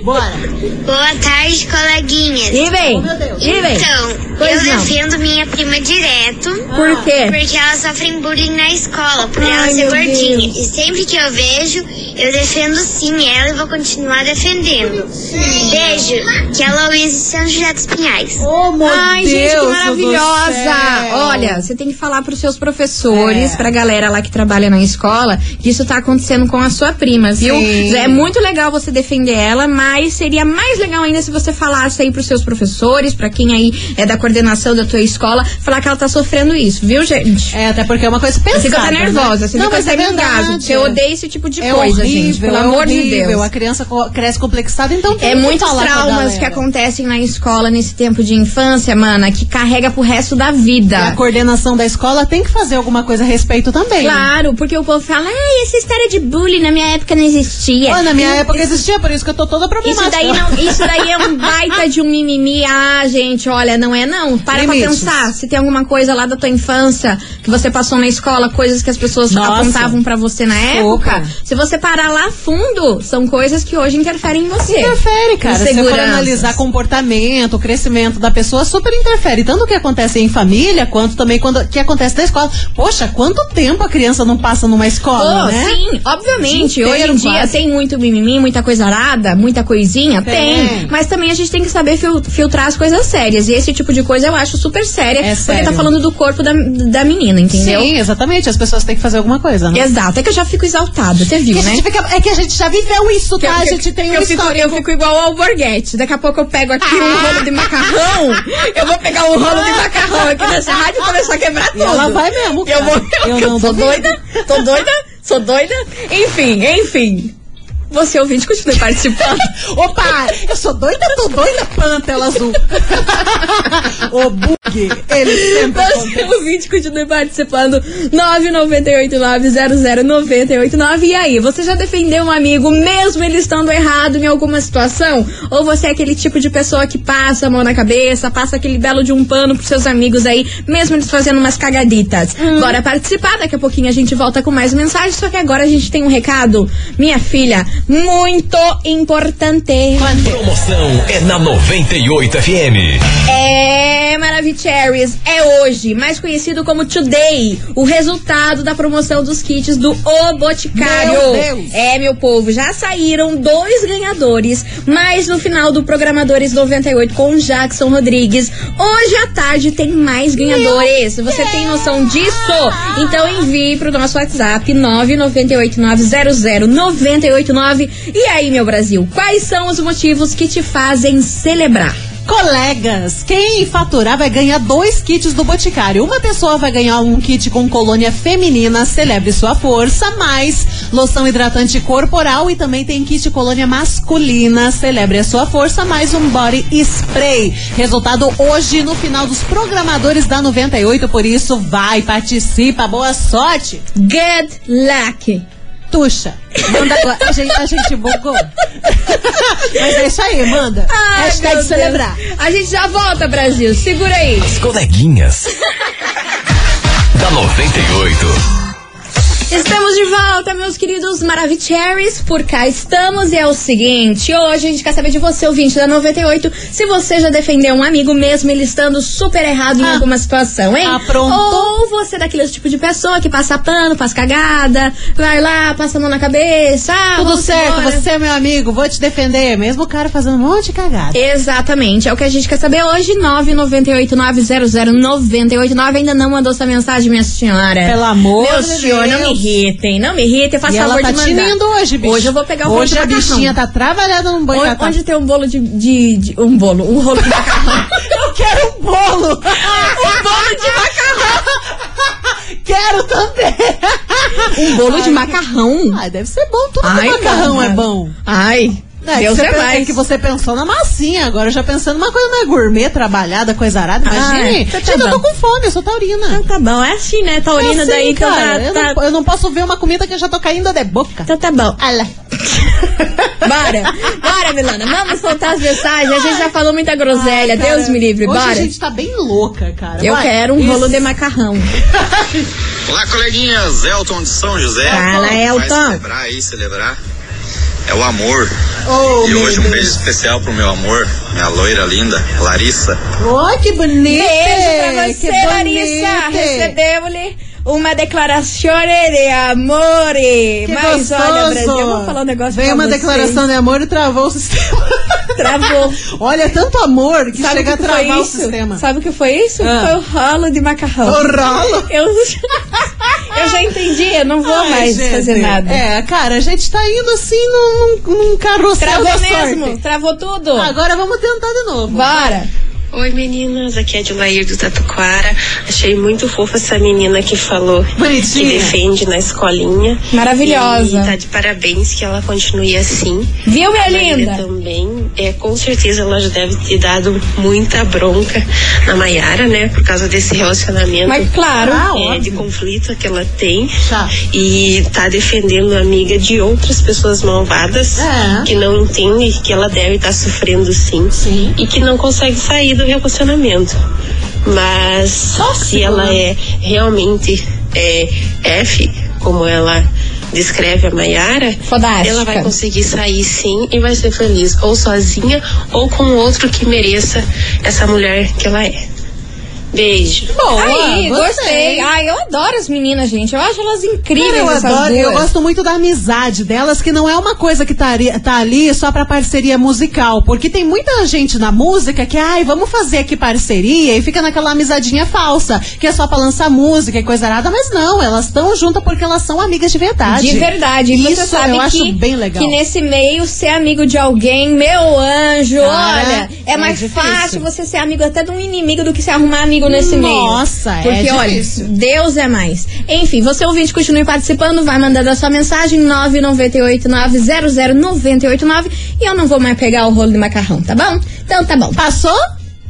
[SPEAKER 2] Bora.
[SPEAKER 7] Boa tarde, coleguinhas.
[SPEAKER 1] e vem,
[SPEAKER 2] Oh, meu Deus.
[SPEAKER 1] e vem.
[SPEAKER 7] Então,
[SPEAKER 1] Pois
[SPEAKER 7] eu
[SPEAKER 1] não.
[SPEAKER 7] defendo minha prima direto.
[SPEAKER 1] Por quê?
[SPEAKER 7] Porque ela sofre bullying na escola, por
[SPEAKER 1] É. Ai,
[SPEAKER 7] ela ser
[SPEAKER 1] meu
[SPEAKER 7] gordinha.
[SPEAKER 1] Deus.
[SPEAKER 7] E sempre que eu vejo, eu defendo sim ela e vou continuar defendendo. Beijo, que é a Luísa de Santos Jatos Pinhais.
[SPEAKER 2] Oh, meu
[SPEAKER 1] Ai,
[SPEAKER 2] Deus
[SPEAKER 1] gente, que
[SPEAKER 2] do
[SPEAKER 1] maravilhosa!
[SPEAKER 2] céu.
[SPEAKER 1] Olha, você tem que falar pros seus professores,
[SPEAKER 2] É.
[SPEAKER 1] pra galera lá que trabalha na escola, que isso tá acontecendo com a sua prima, viu?
[SPEAKER 2] Sim.
[SPEAKER 1] É muito legal você defender ela, mas seria mais legal ainda se você falasse aí pros seus professores, pra quem aí é da coordenação da tua escola, falar que ela tá sofrendo isso, viu, gente?
[SPEAKER 2] É, até porque é uma coisa pesada.
[SPEAKER 1] Você fica até
[SPEAKER 2] né?
[SPEAKER 1] nervosa, você
[SPEAKER 2] Não,
[SPEAKER 1] fica
[SPEAKER 2] mas
[SPEAKER 1] até
[SPEAKER 2] é verdade.
[SPEAKER 1] engasgo. Você odeia esse tipo de
[SPEAKER 2] é
[SPEAKER 1] coisa,
[SPEAKER 2] horrível,
[SPEAKER 1] gente. Pelo
[SPEAKER 2] é
[SPEAKER 1] amor de
[SPEAKER 2] horrível.
[SPEAKER 1] Deus.
[SPEAKER 2] A criança co- cresce complexada, então tem
[SPEAKER 1] É
[SPEAKER 2] que
[SPEAKER 1] muitos
[SPEAKER 2] falar com a
[SPEAKER 1] traumas que
[SPEAKER 2] galera.
[SPEAKER 1] acontecem na escola nesse tempo de infância, mana, que carrega pro resto da vida.
[SPEAKER 2] E É A coordenação da escola tem que fazer alguma coisa a respeito também.
[SPEAKER 1] Claro, porque o povo fala, ai, essa história de bullying na minha época não existia.
[SPEAKER 2] Ah, na minha época existia, por isso que eu tô toda problemática.
[SPEAKER 1] Isso daí, não, isso daí é um baita de um mimimi. Ah, gente, olha, não é não. Para
[SPEAKER 2] Limites.
[SPEAKER 1] pra pensar se tem alguma coisa lá da tua infância que você passou na escola, coisas que as pessoas
[SPEAKER 2] Nossa.
[SPEAKER 1] apontavam pra você na
[SPEAKER 2] Sopa.
[SPEAKER 1] época. Se você parar lá a fundo, são coisas que hoje interferem em você.
[SPEAKER 2] (laughs) Interfere, cara. Se você for
[SPEAKER 1] Inseguranças.
[SPEAKER 2] analisar comportamento, crescimento da pessoa, super interfere. Tanto o que acontece em família, quanto também quando, o que acontece na escola. Poxa, quanto tempo a criança não passa numa escola,
[SPEAKER 1] Oh,
[SPEAKER 2] né?
[SPEAKER 1] Sim, obviamente.
[SPEAKER 2] O dia
[SPEAKER 1] Hoje em
[SPEAKER 2] inteiro,
[SPEAKER 1] dia
[SPEAKER 2] quase.
[SPEAKER 1] tem muito mimimi, muita coisa arada, muita coisinha. Tem.
[SPEAKER 2] Tem.
[SPEAKER 1] Mas também a gente tem que saber fil- filtrar as coisas sérias. E esse tipo de coisa eu acho super séria.
[SPEAKER 2] É
[SPEAKER 1] Porque
[SPEAKER 2] sério.
[SPEAKER 1] tá falando do corpo da, da menina, entendeu?
[SPEAKER 2] Sim, exatamente. As pessoas têm que fazer alguma coisa, né?
[SPEAKER 1] Exato. É que eu já fico exaltada, você
[SPEAKER 2] Que
[SPEAKER 1] viu,
[SPEAKER 2] a
[SPEAKER 1] né?
[SPEAKER 2] gente fica- é que a gente já viveu isso,
[SPEAKER 1] Que eu-
[SPEAKER 2] tá? a
[SPEAKER 1] que-
[SPEAKER 2] gente tem
[SPEAKER 1] que
[SPEAKER 2] um
[SPEAKER 1] eu fico,
[SPEAKER 2] histórico.
[SPEAKER 1] eu fico igual ao Borghetti. Daqui a pouco eu pego aqui
[SPEAKER 2] Ah!
[SPEAKER 1] um rolo de macarrão. Eu vou pegar um rolo de macarrão aqui nessa rádio e começar a quebrar tudo.
[SPEAKER 2] ela vai mesmo,
[SPEAKER 1] Eu
[SPEAKER 2] cara.
[SPEAKER 1] vou. Eu,
[SPEAKER 2] Eu não
[SPEAKER 1] sou
[SPEAKER 2] duvido.
[SPEAKER 1] doida. Tô doida. Sou doida. Enfim, enfim. Você ouvinte, continue participando.
[SPEAKER 2] Opa, eu sou doida, tô doida, pantela (laughs) azul. o bug, ele sempre
[SPEAKER 1] Você ouvinte, continue participando. 998900989. E aí, você já defendeu um amigo mesmo ele estando errado em alguma situação? Ou você é aquele tipo de pessoa que passa a mão na cabeça, passa aquele belo de um pano pros seus amigos aí, mesmo eles fazendo umas cagaditas? Bora participar, daqui a pouquinho a gente volta com mais mensagens, só que agora a gente tem um recado, minha filha, muito importante.
[SPEAKER 4] Promoção é na 98 FM.
[SPEAKER 1] É, Maravicheries, é hoje, mais conhecido como Today, o resultado da promoção dos kits do O Boticário.
[SPEAKER 2] Meu Deus!
[SPEAKER 1] É, meu povo, já saíram dois ganhadores, mas no final do Programadores 98 com Jackson Rodrigues, hoje à tarde tem mais ganhadores. Você tem noção disso? Então envie pro nosso WhatsApp 998900989. E aí, meu Brasil, quais são os motivos que te fazem celebrar?
[SPEAKER 2] Colegas, quem faturar vai ganhar dois kits do Boticário. Uma pessoa vai ganhar um kit com colônia feminina, celebre sua força, mais loção hidratante corporal e também tem kit colônia masculina, celebre a sua força, mais um body spray. Resultado hoje no final dos programadores da 98, por isso vai, participa, boa sorte.
[SPEAKER 1] Good luck.
[SPEAKER 2] Tuxa, manda agora. A gente, a gente
[SPEAKER 1] (laughs)
[SPEAKER 2] bugou. Mas é isso aí, manda.
[SPEAKER 1] Ai, meu
[SPEAKER 2] Hashtag
[SPEAKER 1] Deus.
[SPEAKER 2] celebrar.
[SPEAKER 1] A gente já volta, Brasil. Segura aí.
[SPEAKER 4] As coleguinhas. (laughs) da 98.
[SPEAKER 1] Estamos de volta, meus queridos Maravicheries. Por cá estamos e é o seguinte: hoje a gente quer saber de você, ouvinte da 98, se você já defendeu um amigo mesmo ele estando super errado em
[SPEAKER 2] Ah.
[SPEAKER 1] alguma situação, hein?
[SPEAKER 2] Aprontou.
[SPEAKER 1] Ou você é daquele tipo de pessoa que passa pano, faz cagada, vai lá, passa a mão na cabeça. ah,
[SPEAKER 2] Tudo
[SPEAKER 1] vamos
[SPEAKER 2] certo,
[SPEAKER 1] embora.
[SPEAKER 2] você é meu amigo, vou te defender. Mesmo o cara fazendo um monte de cagada.
[SPEAKER 1] Exatamente, é o que a gente quer saber hoje, 998900989. Ainda não mandou essa mensagem, minha senhora.
[SPEAKER 2] Pelo amor
[SPEAKER 1] Meu
[SPEAKER 2] de
[SPEAKER 1] senhor, não
[SPEAKER 2] Deus.
[SPEAKER 1] me irritem, não me irritem, faça
[SPEAKER 2] e
[SPEAKER 1] favor
[SPEAKER 2] ela tá
[SPEAKER 1] de mandar.
[SPEAKER 2] tinindo hoje, bicho.
[SPEAKER 1] Hoje eu vou pegar o
[SPEAKER 2] Hoje
[SPEAKER 1] rolo
[SPEAKER 2] a
[SPEAKER 1] de macarrão.
[SPEAKER 2] bichinha tá trabalhada no banho. tá
[SPEAKER 1] Onde,
[SPEAKER 2] da tarde.
[SPEAKER 1] onde tem um bolo de, de- de- Um bolo, um rolo de
[SPEAKER 2] (laughs)
[SPEAKER 1] macarrão.
[SPEAKER 2] Eu quero um bolo! (laughs)
[SPEAKER 1] um bolo de macarrão!
[SPEAKER 2] quero também!
[SPEAKER 1] Um bolo de macarrão?
[SPEAKER 2] Ai, deve ser bom, tudo
[SPEAKER 1] Ai,
[SPEAKER 2] que macarrão
[SPEAKER 1] né, cara.
[SPEAKER 2] é bom.
[SPEAKER 1] Ai.
[SPEAKER 2] É,
[SPEAKER 1] Deus
[SPEAKER 2] que você
[SPEAKER 1] é
[SPEAKER 2] pe-
[SPEAKER 1] mais.
[SPEAKER 2] é que você pensou na massinha, agora eu já pensando numa coisa mais gourmet, trabalhada, coisa arada.
[SPEAKER 1] Ah, é.
[SPEAKER 2] Imagine.
[SPEAKER 1] Tá, tá
[SPEAKER 2] Gente,
[SPEAKER 1] bom.
[SPEAKER 2] eu tô com fome, eu sou taurina.
[SPEAKER 1] Então tá bom, é assim, né? Taurina
[SPEAKER 2] É assim,
[SPEAKER 1] daí, então
[SPEAKER 2] cara, eu,
[SPEAKER 1] tá,
[SPEAKER 2] não,
[SPEAKER 1] tá,
[SPEAKER 2] eu não posso ver uma comida que eu já tô caindo de boca.
[SPEAKER 1] então tá bom.
[SPEAKER 2] Olha.
[SPEAKER 1] Bora, bora, Milana, vamos soltar as mensagens. A gente já falou muita groselha, Deus me livre,
[SPEAKER 2] Hoje
[SPEAKER 1] bora.
[SPEAKER 2] a gente tá bem louca, cara.
[SPEAKER 1] Eu
[SPEAKER 2] Vai.
[SPEAKER 1] quero um rolo
[SPEAKER 2] Isso.
[SPEAKER 1] de macarrão.
[SPEAKER 8] Olá, coleguinhas. Elton de São José.
[SPEAKER 2] Ah,
[SPEAKER 1] Fala,
[SPEAKER 8] Vai
[SPEAKER 1] Elton.
[SPEAKER 8] celebrar aí, celebrar. É o amor.
[SPEAKER 2] Oh,
[SPEAKER 8] e
[SPEAKER 2] meu
[SPEAKER 8] hoje um
[SPEAKER 2] Deus.
[SPEAKER 8] beijo especial pro meu amor, minha loira linda, Larissa.
[SPEAKER 2] Ai, que bonito.
[SPEAKER 1] Beijo pra você,
[SPEAKER 2] que
[SPEAKER 1] Larissa.
[SPEAKER 2] bonito.
[SPEAKER 1] Recebemos-lhe uma declaração de amor.
[SPEAKER 2] Que
[SPEAKER 1] Mas
[SPEAKER 2] gostoso.
[SPEAKER 1] olha, Brasil, eu vou falar um negócio
[SPEAKER 2] Veio
[SPEAKER 1] pra
[SPEAKER 2] uma
[SPEAKER 1] vocês.
[SPEAKER 2] declaração de amor e travou o sistema. (laughs)
[SPEAKER 1] Travou.
[SPEAKER 2] Olha, tanto amor que
[SPEAKER 1] Sabe
[SPEAKER 2] chega
[SPEAKER 1] o que
[SPEAKER 2] a
[SPEAKER 1] foi
[SPEAKER 2] travar o
[SPEAKER 1] isso?
[SPEAKER 2] sistema.
[SPEAKER 1] Sabe o que foi isso?
[SPEAKER 2] Ah.
[SPEAKER 1] Foi o rolo de macarrão.
[SPEAKER 2] O rolo?
[SPEAKER 1] Eu, (laughs) eu já entendi, eu não vou
[SPEAKER 2] Ai,
[SPEAKER 1] mais
[SPEAKER 2] gente.
[SPEAKER 1] fazer nada.
[SPEAKER 2] É, cara, a gente tá indo assim num, num, num carrossel da
[SPEAKER 1] Travou
[SPEAKER 2] sorte.
[SPEAKER 1] mesmo, travou tudo.
[SPEAKER 2] Agora vamos tentar de novo.
[SPEAKER 1] Bora.
[SPEAKER 6] Oi meninas, aqui é a Dilair do Tatuquara. Achei muito fofa essa menina que falou
[SPEAKER 2] Bonitinha.
[SPEAKER 6] que defende na escolinha.
[SPEAKER 1] Maravilhosa.
[SPEAKER 6] E tá de parabéns que ela continue assim.
[SPEAKER 1] Viu, minha
[SPEAKER 6] A Maíra
[SPEAKER 1] linda?
[SPEAKER 6] Também, é, com certeza ela já deve ter dado muita bronca na Maiara, né? Por causa desse relacionamento.
[SPEAKER 1] Mas tá claro.
[SPEAKER 2] Ah,
[SPEAKER 6] é, de conflito que ela tem
[SPEAKER 2] Tá.
[SPEAKER 6] e tá defendendo a amiga de outras pessoas malvadas
[SPEAKER 2] É.
[SPEAKER 6] que não entendem que ela deve estar sofrendo sim,
[SPEAKER 2] Sim.
[SPEAKER 6] e que não consegue sair do relacionamento. Mas
[SPEAKER 2] Nossa,
[SPEAKER 6] se ela
[SPEAKER 2] mano.
[SPEAKER 6] é realmente é, F, como ela descreve a Maiara,
[SPEAKER 1] Fodástica.
[SPEAKER 6] ela vai conseguir sair sim e vai ser feliz, ou sozinha ou com outro que mereça essa mulher que ela é. Beijo.
[SPEAKER 2] Boa,
[SPEAKER 1] Aí, gostei. Ai, eu adoro as meninas, gente. Eu acho elas incríveis,
[SPEAKER 2] Cara, eu
[SPEAKER 1] essas
[SPEAKER 2] adoro,
[SPEAKER 1] duas.
[SPEAKER 2] eu gosto muito da amizade delas, que não é uma coisa que tá, ali- tá ali só pra parceria musical, porque tem muita gente na música que, ai, vamos fazer aqui parceria e fica naquela amizadinha falsa, que é só pra lançar música e coisa arada, mas não, elas estão juntas porque elas são amigas de verdade.
[SPEAKER 1] De verdade. E
[SPEAKER 2] Isso
[SPEAKER 1] você sabe
[SPEAKER 2] eu
[SPEAKER 1] que,
[SPEAKER 2] acho bem legal.
[SPEAKER 1] que nesse meio, ser amigo de alguém, meu anjo,
[SPEAKER 2] Cara,
[SPEAKER 1] olha, é,
[SPEAKER 2] é
[SPEAKER 1] mais
[SPEAKER 2] difícil.
[SPEAKER 1] fácil você ser amigo até de um inimigo do que se arrumar amigo nesse meio.
[SPEAKER 2] Nossa, é
[SPEAKER 1] Porque, olha,
[SPEAKER 2] difícil.
[SPEAKER 1] Deus é mais. Enfim, você ouvinte, continue participando, vai mandando a sua mensagem, 998900989 e eu não vou mais pegar o rolo de macarrão, tá bom? Então tá bom.
[SPEAKER 2] Passou?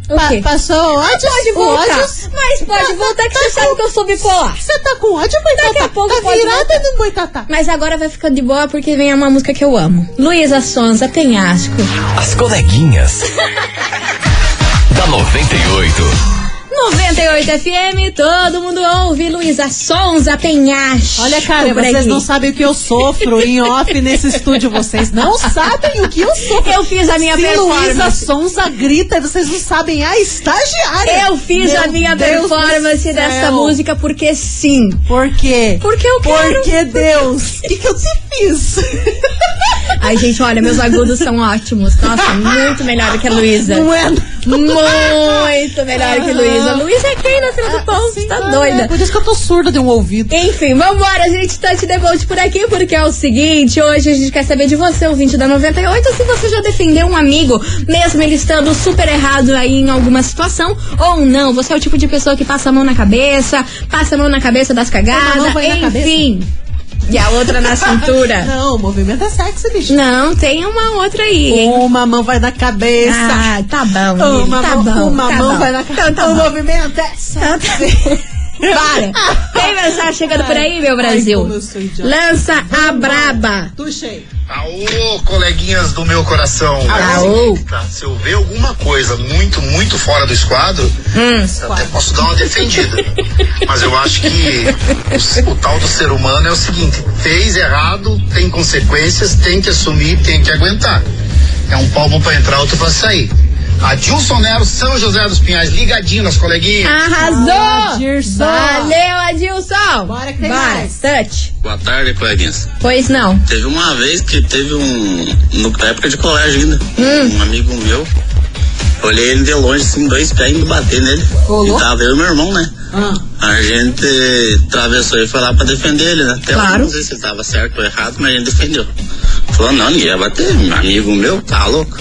[SPEAKER 1] O
[SPEAKER 2] Pa-
[SPEAKER 1] quê?
[SPEAKER 2] passou o ódio?
[SPEAKER 1] Pode
[SPEAKER 2] O
[SPEAKER 1] voltar,
[SPEAKER 2] ódio?
[SPEAKER 1] mas pode voltar que você sabe que eu sou bipolar.
[SPEAKER 2] Você tá com ódio, Boitatá?
[SPEAKER 1] Daqui a pouco
[SPEAKER 2] tá
[SPEAKER 1] pode
[SPEAKER 2] virada
[SPEAKER 1] voltar.
[SPEAKER 2] do Boitatá.
[SPEAKER 1] Mas agora vai ficar de boa porque vem uma música que eu amo. Luísa Sonza, Penhasco.
[SPEAKER 4] As coleguinhas. da 98.
[SPEAKER 1] 98 FM, todo mundo ouve. Luísa Sonza, Penhasco.
[SPEAKER 2] Olha, cara,
[SPEAKER 1] por
[SPEAKER 2] vocês
[SPEAKER 1] aqui.
[SPEAKER 2] não sabem o que eu sofro em off nesse estúdio. Vocês não sabem o que eu sofro.
[SPEAKER 1] Eu fiz a minha
[SPEAKER 2] Se
[SPEAKER 1] performance.
[SPEAKER 2] Luísa Sonza grita, vocês não sabem a estagiária.
[SPEAKER 1] Eu fiz
[SPEAKER 2] Meu
[SPEAKER 1] a minha
[SPEAKER 2] Deus do
[SPEAKER 1] performance
[SPEAKER 2] céu.
[SPEAKER 1] dessa música porque sim.
[SPEAKER 2] Por quê?
[SPEAKER 1] Porque eu quero.
[SPEAKER 2] Porque, Deus, o que, que eu te fiz?
[SPEAKER 1] Ai, gente, olha, meus agudos são ótimos. Nossa, muito melhor que a Luísa.
[SPEAKER 2] Não é?
[SPEAKER 1] Muito melhor que
[SPEAKER 2] Aham.
[SPEAKER 1] Luísa. Luísa é quem na fila do pão? Você tá
[SPEAKER 2] Ah, Sim,
[SPEAKER 1] doida.
[SPEAKER 2] é, Por isso que eu tô surda de um ouvido.
[SPEAKER 1] Enfim, vambora, a gente tá te devolvendo por aqui, porque é o seguinte, hoje a gente quer saber de você, ouvinte da 98, se você já defendeu um amigo, mesmo ele estando super errado aí em alguma situação, ou não, você é o tipo de pessoa que passa a mão na cabeça, passa a mão na cabeça das
[SPEAKER 2] Uma
[SPEAKER 1] cagadas,
[SPEAKER 2] mão vai na
[SPEAKER 1] enfim. E a outra na
[SPEAKER 2] (laughs)
[SPEAKER 1] cintura.
[SPEAKER 2] Não, o movimento é sexy, bicho.
[SPEAKER 1] Não, tem uma outra aí, hein?
[SPEAKER 2] Uma mão vai na cabeça.
[SPEAKER 1] Ah, tá bom. menino,
[SPEAKER 2] uma
[SPEAKER 1] tá
[SPEAKER 2] mão,
[SPEAKER 1] bom,
[SPEAKER 2] uma
[SPEAKER 1] tá
[SPEAKER 2] mão
[SPEAKER 1] bom.
[SPEAKER 2] vai na cabeça.
[SPEAKER 1] Então, tá
[SPEAKER 2] o
[SPEAKER 1] bom.
[SPEAKER 2] movimento é
[SPEAKER 1] Então tá bom. Para! Tem mensagem chegando por aí, meu
[SPEAKER 2] Ai,
[SPEAKER 1] Brasil.
[SPEAKER 2] como eu sou idiota.
[SPEAKER 1] Lança a braba.
[SPEAKER 2] Tuxei.
[SPEAKER 8] Aô, coleguinhas do meu coração.
[SPEAKER 1] Aô.
[SPEAKER 8] Tá, Se eu ver alguma coisa muito, muito fora do esquadro, eu até posso dar uma defendida. Mas eu acho que o se- o, tal do ser humano é o seguinte: fez errado, tem consequências, tem que assumir, tem que aguentar. É um palmo pra entrar, outro pra sair. Adilson Nero, São José dos Pinhais, ligadinho nas coleguinhas.
[SPEAKER 1] Arrasou!
[SPEAKER 2] Adilson.
[SPEAKER 1] Valeu, Adilson!
[SPEAKER 2] Bora que tem
[SPEAKER 1] Vai,
[SPEAKER 2] mais.
[SPEAKER 1] touch.
[SPEAKER 9] Boa tarde, coleguinhas.
[SPEAKER 1] Pois não.
[SPEAKER 9] Teve uma vez que teve um. No, na época de colégio ainda.
[SPEAKER 8] Hum.
[SPEAKER 9] Um amigo meu. Olhei ele de longe, assim, dois pés indo bater nele.
[SPEAKER 2] Rolou?
[SPEAKER 9] E tava eu e meu irmão, né?
[SPEAKER 2] Ah.
[SPEAKER 9] A gente atravessou e foi lá pra defender ele, né? Até hoje,
[SPEAKER 1] Claro.
[SPEAKER 9] não sei se tava certo ou errado, mas a gente defendeu. Falou, não, ninguém ia bater. meu Amigo meu, tá louco.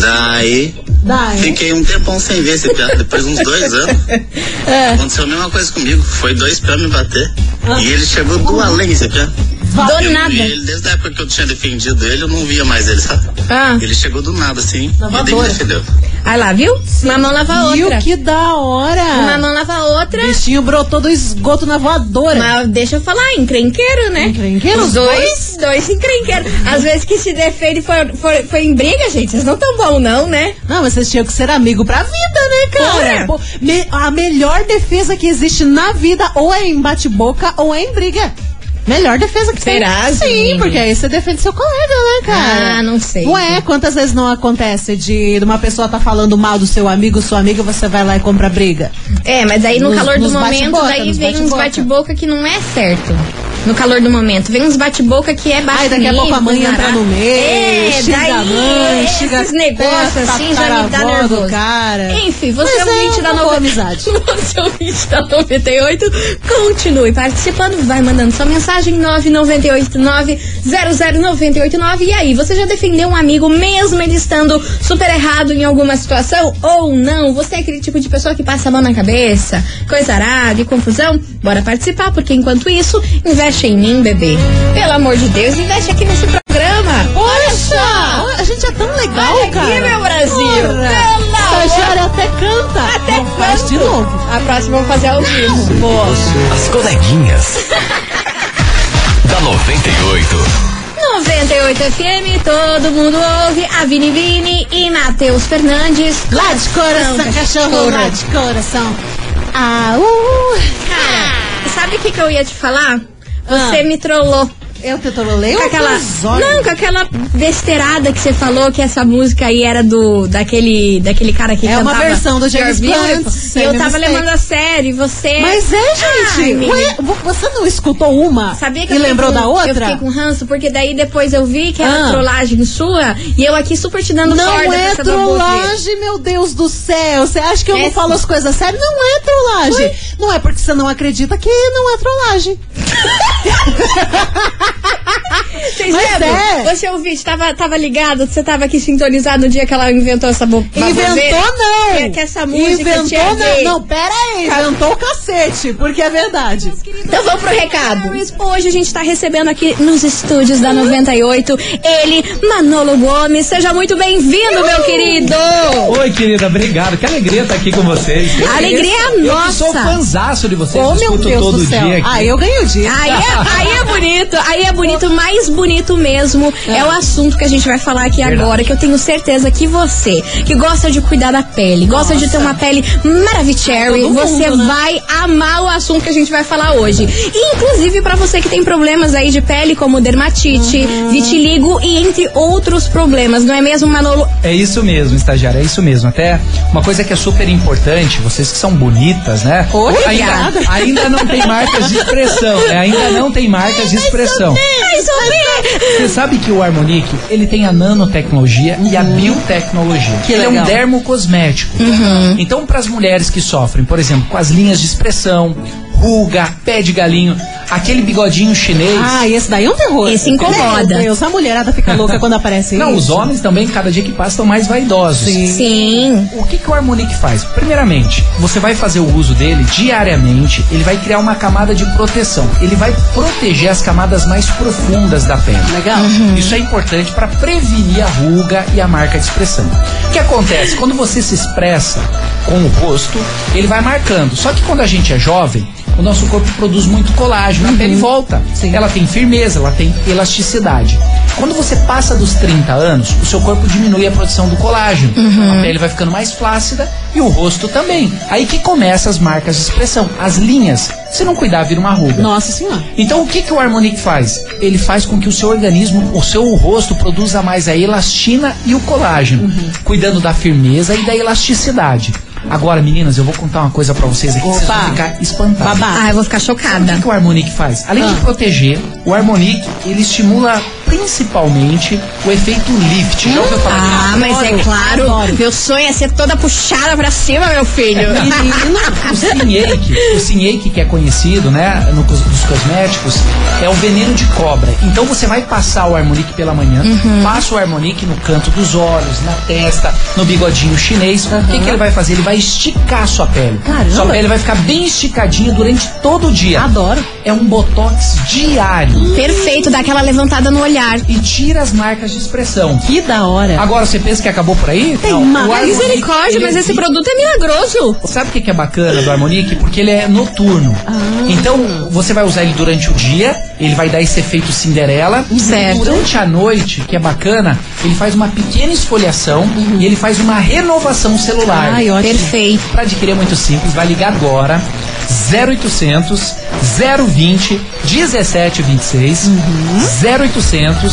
[SPEAKER 9] Daí,
[SPEAKER 2] Dai.
[SPEAKER 9] fiquei um tempão sem ver esse piada, depois uns dois anos.
[SPEAKER 1] (laughs) É.
[SPEAKER 9] Aconteceu a mesma coisa comigo. Foi dois pra me bater. E ele chegou do além esse piada.
[SPEAKER 1] Ah. Do
[SPEAKER 9] eu
[SPEAKER 1] nada.
[SPEAKER 9] vi ele, desde a época que eu tinha defendido ele, eu não via mais ele, sabe?
[SPEAKER 1] Ah.
[SPEAKER 9] Ele chegou do nada, assim, e daí me
[SPEAKER 2] Lavadora.
[SPEAKER 9] defendeu.
[SPEAKER 1] Aí lá, viu? Uma mão lava a
[SPEAKER 2] Viu
[SPEAKER 1] outra.
[SPEAKER 2] que da hora?
[SPEAKER 1] Uma mão lava a outra.
[SPEAKER 2] O bichinho brotou do esgoto na voadora.
[SPEAKER 1] Mas deixa eu falar, encrenqueiro, né?
[SPEAKER 2] Encrenqueiro,
[SPEAKER 1] Os
[SPEAKER 2] os
[SPEAKER 1] dois, dois encrenqueiros. Às vezes que se defende foi, foi, foi em briga, gente. Vocês não tão bom, não, né?
[SPEAKER 2] Não, mas vocês tinham que ser amigo pra vida, né,
[SPEAKER 1] Porra.
[SPEAKER 2] cara? Pô, me- a melhor defesa que existe na vida ou é em bate-boca ou é em briga. Melhor defesa que
[SPEAKER 1] Será,
[SPEAKER 2] tem. Sim,
[SPEAKER 1] Zini?
[SPEAKER 2] porque aí você defende seu colega, né, cara?
[SPEAKER 1] Ah, não sei.
[SPEAKER 2] Ué, quantas vezes não acontece de uma pessoa tá falando mal do seu amigo, sua amiga, você vai lá e compra briga?
[SPEAKER 1] É, mas aí no
[SPEAKER 2] Nos-
[SPEAKER 1] calor do
[SPEAKER 2] nos
[SPEAKER 1] momento,
[SPEAKER 2] bate-boca,
[SPEAKER 1] aí
[SPEAKER 2] nos
[SPEAKER 1] vem uns
[SPEAKER 2] bate-boca.
[SPEAKER 1] bate-boca que não é certo. No calor do momento. Vem uns bate-boca que é baixo
[SPEAKER 2] Ai, daqui a
[SPEAKER 1] nível,
[SPEAKER 2] pouco a mãe
[SPEAKER 1] nará.
[SPEAKER 2] entra no meio,
[SPEAKER 1] né? É,
[SPEAKER 2] xinga
[SPEAKER 1] daí,
[SPEAKER 2] a mãe,
[SPEAKER 1] esses
[SPEAKER 2] xinga
[SPEAKER 1] negócios
[SPEAKER 2] testa,
[SPEAKER 1] assim já me dá
[SPEAKER 2] taravó do
[SPEAKER 1] nervoso.
[SPEAKER 2] cara.
[SPEAKER 1] Enfim, você
[SPEAKER 2] Mas
[SPEAKER 1] é um
[SPEAKER 2] é
[SPEAKER 1] da
[SPEAKER 2] uma boa
[SPEAKER 1] 90.
[SPEAKER 2] amizade.
[SPEAKER 1] (laughs) Você é ouvinte da 98. Continue participando, vai mandando sua mensagem 998900989. E aí, você já defendeu um amigo mesmo ele estando super errado em alguma situação ou não? Você é aquele tipo de pessoa que passa a mão na cabeça, coisa arada e confusão? Bora participar, porque enquanto isso, investe em mim, bebê. Pelo amor de Deus, investe aqui nesse programa. Olha só!
[SPEAKER 2] A gente é tão legal,
[SPEAKER 1] Olha aqui,
[SPEAKER 2] cara.
[SPEAKER 1] meu Brasil. Pelo amor.
[SPEAKER 2] Essa Estagiária até canta.
[SPEAKER 1] Até
[SPEAKER 2] Não Faz tá? de
[SPEAKER 1] quando?
[SPEAKER 2] novo.
[SPEAKER 1] A próxima eu vou fazer ao vivo.
[SPEAKER 4] As coleguinhas. da 98.
[SPEAKER 1] 98 FM, todo mundo ouve. A Vini Vini e Matheus Fernandes.
[SPEAKER 2] Lá de coração, cachorro, lá de coração. Ah,
[SPEAKER 1] Cara, sabe o que, que eu ia te falar?
[SPEAKER 2] Ah.
[SPEAKER 1] Você me trollou.
[SPEAKER 2] Eu te trolei
[SPEAKER 1] Com aquela, não, com aquela besteirada que você falou que essa música aí era do daquele, daquele cara que
[SPEAKER 2] É uma
[SPEAKER 1] cantava
[SPEAKER 2] versão do James
[SPEAKER 1] You're Beautiful.
[SPEAKER 2] Blunt,
[SPEAKER 1] E
[SPEAKER 2] Same
[SPEAKER 1] eu tava
[SPEAKER 2] Mistake.
[SPEAKER 1] levando a sério, e você. Ah,
[SPEAKER 2] Mas é,
[SPEAKER 1] Ai,
[SPEAKER 2] gente.
[SPEAKER 1] menina.
[SPEAKER 2] Ué, vo- você não escutou uma
[SPEAKER 1] Sabia que
[SPEAKER 2] e
[SPEAKER 1] eu fiquei
[SPEAKER 2] lembrou
[SPEAKER 1] com- um-
[SPEAKER 2] da
[SPEAKER 1] Eu
[SPEAKER 2] outra?
[SPEAKER 1] fiquei com ranço, porque daí depois eu vi que era
[SPEAKER 2] Ah.
[SPEAKER 1] trollagem sua e eu aqui super te dando
[SPEAKER 2] Não
[SPEAKER 1] um corda pra
[SPEAKER 2] é
[SPEAKER 1] essa boboseira.
[SPEAKER 2] trollagem, meu Deus do céu. Você acha que eu não
[SPEAKER 1] Péssimo.
[SPEAKER 2] falo as coisas sérias? Não é trollagem. Não é porque você não acredita que não é trollagem.
[SPEAKER 1] Vocês
[SPEAKER 2] Mas
[SPEAKER 1] lembram?
[SPEAKER 2] é.
[SPEAKER 1] Você ouvinte, tava, tava ligado? Você tava aqui sintonizado no dia que ela inventou essa bo baboseira?
[SPEAKER 2] Inventou não!
[SPEAKER 1] Que, que essa música tinha a
[SPEAKER 2] Inventou
[SPEAKER 1] ver.
[SPEAKER 2] não! Não, pera aí! Inventou o cacete, porque é verdade.
[SPEAKER 1] Então vamos pro recado. Hoje a gente tá recebendo aqui nos estúdios da 98 ele, Manolo Gomes. Seja muito bem-vindo, meu querido!
[SPEAKER 10] Oi, querida, obrigado. Que alegria estar aqui com vocês. Eu
[SPEAKER 1] Alegria
[SPEAKER 10] que
[SPEAKER 1] nossa.
[SPEAKER 10] sou fanzaço de vocês.
[SPEAKER 2] Ô, meu
[SPEAKER 10] escuto
[SPEAKER 2] Deus
[SPEAKER 10] todo
[SPEAKER 2] do céu!
[SPEAKER 10] dia aqui.
[SPEAKER 2] Ah, eu ganhei o dia.
[SPEAKER 1] Aí é, aí é bonito, aí é bonito, mais bonito mesmo é o assunto que a gente vai falar aqui agora, que eu tenho certeza que você, que gosta de cuidar da pele, gosta de ter uma pele maravilhosa,
[SPEAKER 2] Todo
[SPEAKER 1] você
[SPEAKER 2] mundo, né?
[SPEAKER 1] vai amar o assunto que a gente vai falar hoje. E, inclusive pra você que tem problemas aí de pele, como dermatite,
[SPEAKER 2] Uhum.
[SPEAKER 1] vitiligo e entre outros problemas, não é mesmo, Manolo?
[SPEAKER 10] É isso mesmo, estagiário, é isso mesmo. Até uma coisa que é super importante, vocês que são bonitas, né?
[SPEAKER 2] Oi,
[SPEAKER 10] ainda,
[SPEAKER 2] obrigada.
[SPEAKER 10] ainda não tem marcas de expressão, né? Ainda não tem marcas de expressão.
[SPEAKER 1] Ai, Sophie!
[SPEAKER 10] Você sabe que o Harmonique, ele tem a nanotecnologia e a biotecnologia.
[SPEAKER 2] Uhum. Que
[SPEAKER 10] ele é
[SPEAKER 2] legal. Uhum.
[SPEAKER 10] um dermocosmético. Então, para as mulheres que sofrem, por exemplo, com as linhas de expressão, ruga, pé de galinho, aquele bigodinho chinês.
[SPEAKER 2] Ah, esse daí é um terror.
[SPEAKER 1] Esse incomoda.
[SPEAKER 2] Meu Deus, a mulherada fica louca quando aparece
[SPEAKER 10] Não, os
[SPEAKER 2] isso.
[SPEAKER 10] homens também, cada dia que passa, estão mais vaidosos.
[SPEAKER 1] Sim.
[SPEAKER 10] Então, O que, que o Harmonique faz? Primeiramente, você vai fazer o uso dele diariamente, ele vai criar uma camada de proteção. Ele vai proteger as camadas mais profundas da pele.
[SPEAKER 2] Legal.
[SPEAKER 10] Isso é importante para prevenir a ruga e a marca de expressão. O que acontece? Quando você se expressa com o rosto, ele vai marcando. Só que quando a gente é jovem, o nosso corpo produz muito colágeno, a pele volta. Ela tem firmeza, ela tem elasticidade. Quando você passa dos 30 anos, o seu corpo diminui a produção do colágeno. A pele vai ficando mais flácida e o rosto também. Aí que começam as marcas de expressão, as linhas. Se não cuidar, vira uma ruga.
[SPEAKER 2] Nossa senhora.
[SPEAKER 10] Então o que, que o Harmonic faz? Ele faz com que o seu organismo, o seu rosto produza mais a elastina e o colágeno,
[SPEAKER 2] Uhum.
[SPEAKER 10] cuidando da firmeza e da elasticidade. Agora, meninas, eu vou contar uma coisa pra vocês aqui que vocês
[SPEAKER 2] Opa.
[SPEAKER 10] vão ficar espantados.
[SPEAKER 2] Babá.
[SPEAKER 1] Ah, eu vou ficar
[SPEAKER 10] O que
[SPEAKER 1] chocada.
[SPEAKER 10] que o Harmonic faz? Além de
[SPEAKER 2] Ah.
[SPEAKER 10] proteger, o Harmonic ele estimula principalmente o efeito lift. Já ouviu falar disso?
[SPEAKER 1] Ah, mas é
[SPEAKER 2] Adoro,
[SPEAKER 1] claro,
[SPEAKER 2] adoro.
[SPEAKER 1] meu sonho é ser toda puxada pra cima, meu filho.
[SPEAKER 10] O Sinhake, o Sinhake que é conhecido, né, no, cos- dos cosméticos, é o veneno de cobra. Então você vai passar o Harmonique pela manhã, passa o Harmonique no canto dos olhos, na testa, no bigodinho chinês. O que, que ele vai fazer? Ele vai vai esticar a sua pele.
[SPEAKER 2] Caramba.
[SPEAKER 10] Sua pele vai ficar bem esticadinha durante todo o dia.
[SPEAKER 2] Adoro.
[SPEAKER 10] É um botox diário.
[SPEAKER 1] (laughs) Perfeito, dá aquela levantada no olhar.
[SPEAKER 10] E tira as marcas de expressão.
[SPEAKER 2] Que da hora.
[SPEAKER 10] Agora você pensa que acabou por aí?
[SPEAKER 2] Tem
[SPEAKER 10] Não.
[SPEAKER 2] uma-
[SPEAKER 10] O Harmonic,
[SPEAKER 1] Misericórdia,
[SPEAKER 10] ele
[SPEAKER 1] mas esse
[SPEAKER 10] existe-
[SPEAKER 1] produto é milagroso.
[SPEAKER 10] Sabe o que que é bacana do Harmonique? Porque ele é noturno. Então, você vai usar ele durante o dia, ele vai dar esse efeito Cinderela.
[SPEAKER 1] Certo.
[SPEAKER 10] Durante a noite, que é bacana, ele faz uma pequena esfoliação e ele faz uma renovação celular.
[SPEAKER 2] Ai, ótimo.
[SPEAKER 1] Perfeito.
[SPEAKER 10] Pra adquirir é muito simples, vai ligar agora 0800 020 1726 0800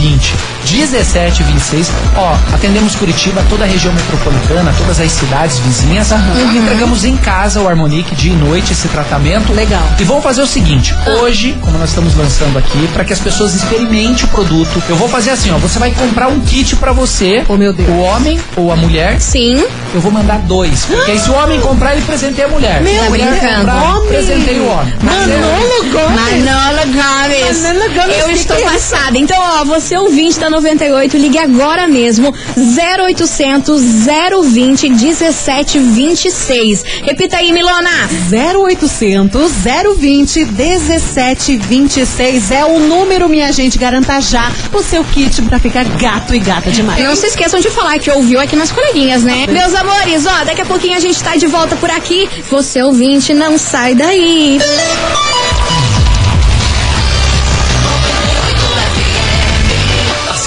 [SPEAKER 10] 020 1726 ó, atendemos Curitiba, toda a região metropolitana todas as cidades vizinhas entregamos em casa o Harmonique dia e noite esse tratamento,
[SPEAKER 2] Legal. Ah.
[SPEAKER 10] e vamos fazer o seguinte, hoje, como nós estamos lançando aqui, para que as pessoas experimentem o produto, eu vou fazer assim, ó, você vai comprar um kit pra você,
[SPEAKER 2] Oh, meu Deus.
[SPEAKER 10] o homem ou a mulher,
[SPEAKER 1] Sim.
[SPEAKER 10] eu vou mandar dois. Porque aí
[SPEAKER 2] (gasps)
[SPEAKER 10] se o homem comprar, ele presenteia a mulher.
[SPEAKER 2] Meu
[SPEAKER 10] se a mulher
[SPEAKER 1] brincando.
[SPEAKER 10] comprar,
[SPEAKER 2] Homem.
[SPEAKER 10] presenteia o homem. é-
[SPEAKER 2] Manolo Gomes.
[SPEAKER 1] Manola Gomes.
[SPEAKER 2] Manola Gomes,
[SPEAKER 1] Eu
[SPEAKER 2] que
[SPEAKER 1] estou
[SPEAKER 2] que é
[SPEAKER 1] passada. Então, ó, você ouvinte da 98, ligue agora mesmo. 0800 020 1726. Repita aí, Milona.
[SPEAKER 2] 0800 020 1726 é o número, minha gente. Garanta já o seu kit pra ficar gato e gata demais.
[SPEAKER 1] Não se esqueçam de falar que ouviu aqui nas coleguinhas, né?
[SPEAKER 2] Tá
[SPEAKER 1] Meus amores, ó, daqui a pouquinho a gente tá de volta por aqui. Você ouvinte, não sai daí.
[SPEAKER 4] As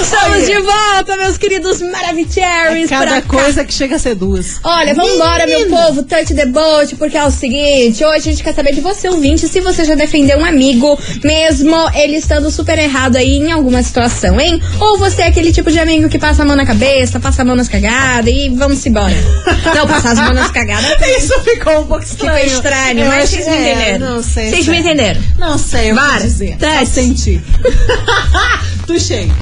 [SPEAKER 1] Estamos de volta, meus queridos Maravicheries.
[SPEAKER 2] Cada
[SPEAKER 1] pra cá.
[SPEAKER 2] coisa que chega a ser duas.
[SPEAKER 1] Olha, vambora, meu povo, touch the boat, porque é o seguinte, hoje a gente quer saber de você, ouvinte, se você já defendeu um amigo, mesmo ele estando super errado aí em alguma situação, hein? Ou você é aquele tipo de amigo que passa a mão na cabeça, passa a mão nas cagadas e vamos embora.
[SPEAKER 2] (laughs)
[SPEAKER 1] Não, passar as mãos nas cagadas
[SPEAKER 2] Isso ficou um pouco estranho.
[SPEAKER 1] ficou estranho,
[SPEAKER 2] Eu
[SPEAKER 1] mas
[SPEAKER 2] acho-
[SPEAKER 1] vocês me
[SPEAKER 2] é,
[SPEAKER 1] entenderam.
[SPEAKER 2] Não sei. Tá,
[SPEAKER 1] Vocês me
[SPEAKER 2] sério.
[SPEAKER 1] entenderam.
[SPEAKER 2] Não sei, eu
[SPEAKER 1] Vara,
[SPEAKER 2] vou dizer. Só
[SPEAKER 1] teste.
[SPEAKER 2] senti. (laughs) Tuxei.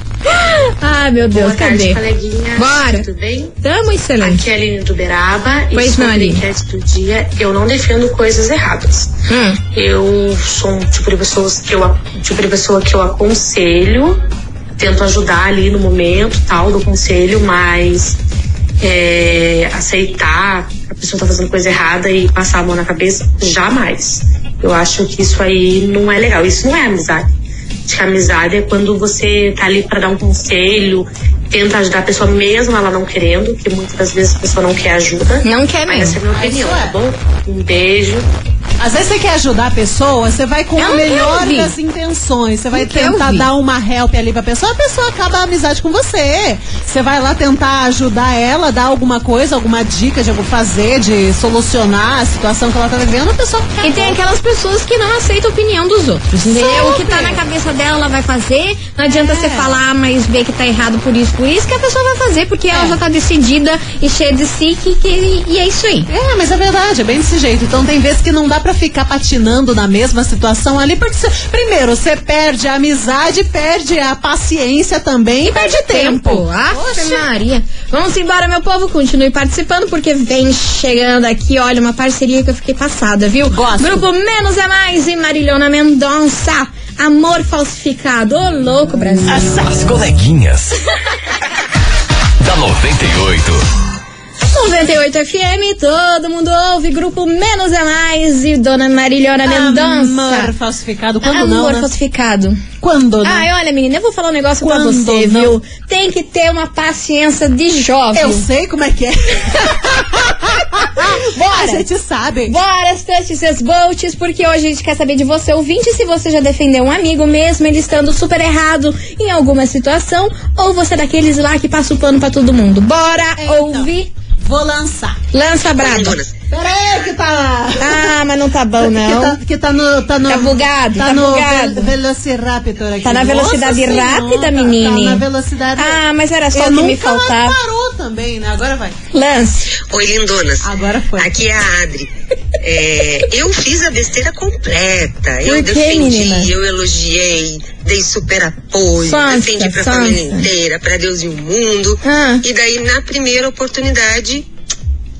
[SPEAKER 1] Ai, meu Deus,
[SPEAKER 11] Boa tarde,
[SPEAKER 1] cadê?
[SPEAKER 11] coleguinha.
[SPEAKER 1] Bora.
[SPEAKER 11] Tudo bem?
[SPEAKER 1] Tamo excelente.
[SPEAKER 11] Aqui é a Aline do Beraba
[SPEAKER 1] Pois
[SPEAKER 11] e sobre
[SPEAKER 1] não,
[SPEAKER 11] a
[SPEAKER 1] Aline.
[SPEAKER 11] enquete do dia, eu não defendo coisas erradas.
[SPEAKER 1] Hum.
[SPEAKER 11] Eu sou um tipo de pessoas que eu a- tipo de pessoa que eu aconselho, tento ajudar ali no momento, tal, do conselho, mas é, aceitar a pessoa tá fazendo coisa errada e passar a mão na cabeça, jamais. Eu acho que isso aí não é legal, isso não é amizade. Acho que a amizade é quando você tá ali para dar um conselho, tenta ajudar a pessoa mesmo ela não querendo, que muitas das vezes a pessoa não quer ajuda.
[SPEAKER 1] Não quer
[SPEAKER 11] Mas essa é a
[SPEAKER 1] mesmo.
[SPEAKER 11] minha opinião,
[SPEAKER 2] Isso é.
[SPEAKER 11] tá bom? Um beijo.
[SPEAKER 2] Às vezes você quer ajudar a pessoa, você vai com
[SPEAKER 1] Ela
[SPEAKER 2] a
[SPEAKER 1] não quer
[SPEAKER 2] melhor
[SPEAKER 1] ouvir.
[SPEAKER 2] das intenções. Você vai
[SPEAKER 1] Não quer
[SPEAKER 2] tentar
[SPEAKER 1] ouvir.
[SPEAKER 2] dar uma help ali pra pessoa, a pessoa acaba a amizade com você. Você vai lá tentar ajudar ela, dar alguma coisa, alguma dica de algo fazer, de solucionar a situação que ela tá vivendo, a pessoa
[SPEAKER 1] E tem aquelas pessoas que não aceitam a opinião dos outros. Entendeu?
[SPEAKER 2] Super.
[SPEAKER 1] O que tá na cabeça dela, ela vai fazer. Não adianta
[SPEAKER 2] É.
[SPEAKER 1] você falar, mas ver que tá errado por isso, por isso, que a pessoa vai fazer, porque ela
[SPEAKER 2] É.
[SPEAKER 1] já tá decidida e cheia de si, que, que- e é isso aí.
[SPEAKER 2] É, mas é verdade, é bem desse jeito. Então tem vezes que não dá pra ficar patinando na mesma situação ali, porque cê- primeiro, você perde a amizade, perde a paciência também e perde tempo.
[SPEAKER 1] Ave Maria. Vamos embora, meu povo. Continue participando, porque vem chegando aqui, olha, uma parceria que eu fiquei passada, viu?
[SPEAKER 2] Gosto.
[SPEAKER 1] Grupo Menos é Mais e Marilhona Mendonça. Amor falsificado. Ô, louco, Brasil.
[SPEAKER 4] As
[SPEAKER 1] (laughs)
[SPEAKER 4] coleguinhas. da 98.
[SPEAKER 1] 98 FM, todo mundo ouve, grupo Menos é Mais e Dona Marilhona
[SPEAKER 2] Amor
[SPEAKER 1] Mendonça.
[SPEAKER 2] falsificado, quando
[SPEAKER 1] Amor
[SPEAKER 2] não, né?
[SPEAKER 1] falsificado.
[SPEAKER 2] Quando não.
[SPEAKER 1] Ai, olha, menina, eu vou falar um negócio pra
[SPEAKER 2] né? Quando
[SPEAKER 1] você,
[SPEAKER 2] não?
[SPEAKER 1] viu? Tem que ter uma paciência de jovem.
[SPEAKER 2] Eu sei como é que é. A
[SPEAKER 1] (laughs) Bora!
[SPEAKER 2] gente sabe.
[SPEAKER 1] Bora, Stunts e Bolts, porque hoje a gente quer saber de você, ouvinte, se você já defendeu um amigo mesmo, ele estando super errado em alguma situação, ou você é daqueles lá que passa o pano pra todo mundo. Bora
[SPEAKER 2] Então.
[SPEAKER 1] ouvir,
[SPEAKER 2] Vou lançar.
[SPEAKER 1] lança brado.
[SPEAKER 2] Pera aí que tá.
[SPEAKER 1] Ah, mas não tá bom,
[SPEAKER 2] Que
[SPEAKER 1] não.
[SPEAKER 2] tá, que tá no. Tá, no,
[SPEAKER 1] Tá bugado, tá
[SPEAKER 2] no
[SPEAKER 1] bugado.
[SPEAKER 2] ve- Velociraptor aqui.
[SPEAKER 1] Tá na velocidade
[SPEAKER 2] Nossa
[SPEAKER 1] rápida,
[SPEAKER 2] senhora,
[SPEAKER 1] menina.
[SPEAKER 2] Tá na velocidade
[SPEAKER 1] Ah, mas era só
[SPEAKER 2] Eu
[SPEAKER 1] o que me
[SPEAKER 2] nunca
[SPEAKER 1] faltava.
[SPEAKER 2] parou também, né? Agora vai.
[SPEAKER 1] Lance.
[SPEAKER 12] Oi, lindonas.
[SPEAKER 2] Agora foi.
[SPEAKER 12] Aqui é a Adri. É, eu fiz a besteira completa. Eu
[SPEAKER 1] Por quê,
[SPEAKER 12] defendi,
[SPEAKER 1] menina?
[SPEAKER 12] eu elogiei, dei super apoio,
[SPEAKER 1] Sonsa,
[SPEAKER 12] defendi pra
[SPEAKER 1] sonsa.
[SPEAKER 12] família inteira, pra Deus e o mundo.
[SPEAKER 1] Ah.
[SPEAKER 12] E daí, na primeira oportunidade,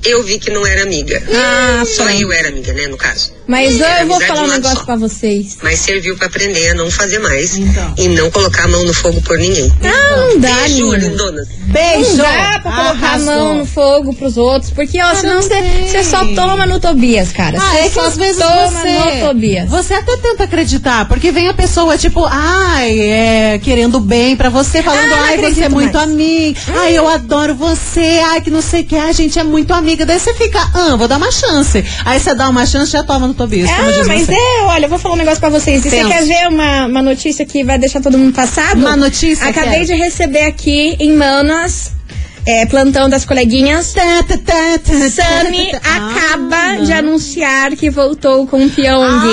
[SPEAKER 5] eu vi que não era amiga. Hum.
[SPEAKER 1] Ah,
[SPEAKER 5] só
[SPEAKER 1] pronto.
[SPEAKER 5] eu era amiga, né, no caso.
[SPEAKER 1] Mas
[SPEAKER 5] Era
[SPEAKER 1] eu vou
[SPEAKER 5] amizade
[SPEAKER 1] falar um
[SPEAKER 5] de um lado
[SPEAKER 1] negócio
[SPEAKER 5] só.
[SPEAKER 1] pra vocês.
[SPEAKER 5] Mas serviu pra aprender a não fazer mais e não colocar a mão no fogo por ninguém.
[SPEAKER 1] Ah, não dá,
[SPEAKER 5] Beijo,
[SPEAKER 1] menina.
[SPEAKER 5] lindonas.
[SPEAKER 1] Não dá Um pra colocar
[SPEAKER 2] Arrasou.
[SPEAKER 1] a mão no fogo pros outros, porque ó, senão você só toma no Tobias, cara.
[SPEAKER 2] Ah,
[SPEAKER 1] Cê
[SPEAKER 2] é que
[SPEAKER 1] só
[SPEAKER 2] às vezes
[SPEAKER 1] toma
[SPEAKER 2] você,
[SPEAKER 1] no Tobias.
[SPEAKER 2] você até tenta acreditar, porque vem a pessoa, tipo, ai, é, querendo bem pra você, falando,
[SPEAKER 1] Ah, não
[SPEAKER 2] ai, você é
[SPEAKER 1] acredito
[SPEAKER 2] muito
[SPEAKER 1] mais.
[SPEAKER 2] amiga, ai, eu adoro você, ai, que não sei o que, a gente é muito amiga. Daí você fica, ah, vou dar uma chance. Aí você dá uma chance, já toma no Tobias, como
[SPEAKER 1] Ah,
[SPEAKER 2] diz
[SPEAKER 1] mas
[SPEAKER 2] você.
[SPEAKER 1] é, olha, eu vou falar um negócio pra vocês. E você
[SPEAKER 2] Pensa.
[SPEAKER 1] quer ver uma, uma notícia que vai deixar todo mundo passado?
[SPEAKER 2] Uma notícia, é.
[SPEAKER 1] Acabei
[SPEAKER 2] quero.
[SPEAKER 1] de receber aqui em Manas, é, plantão das coleguinhas.
[SPEAKER 2] Tá, tá, tá, tá,
[SPEAKER 1] Sami
[SPEAKER 2] tá, tá, tá.
[SPEAKER 1] acaba de anunciar que voltou com o Pyong.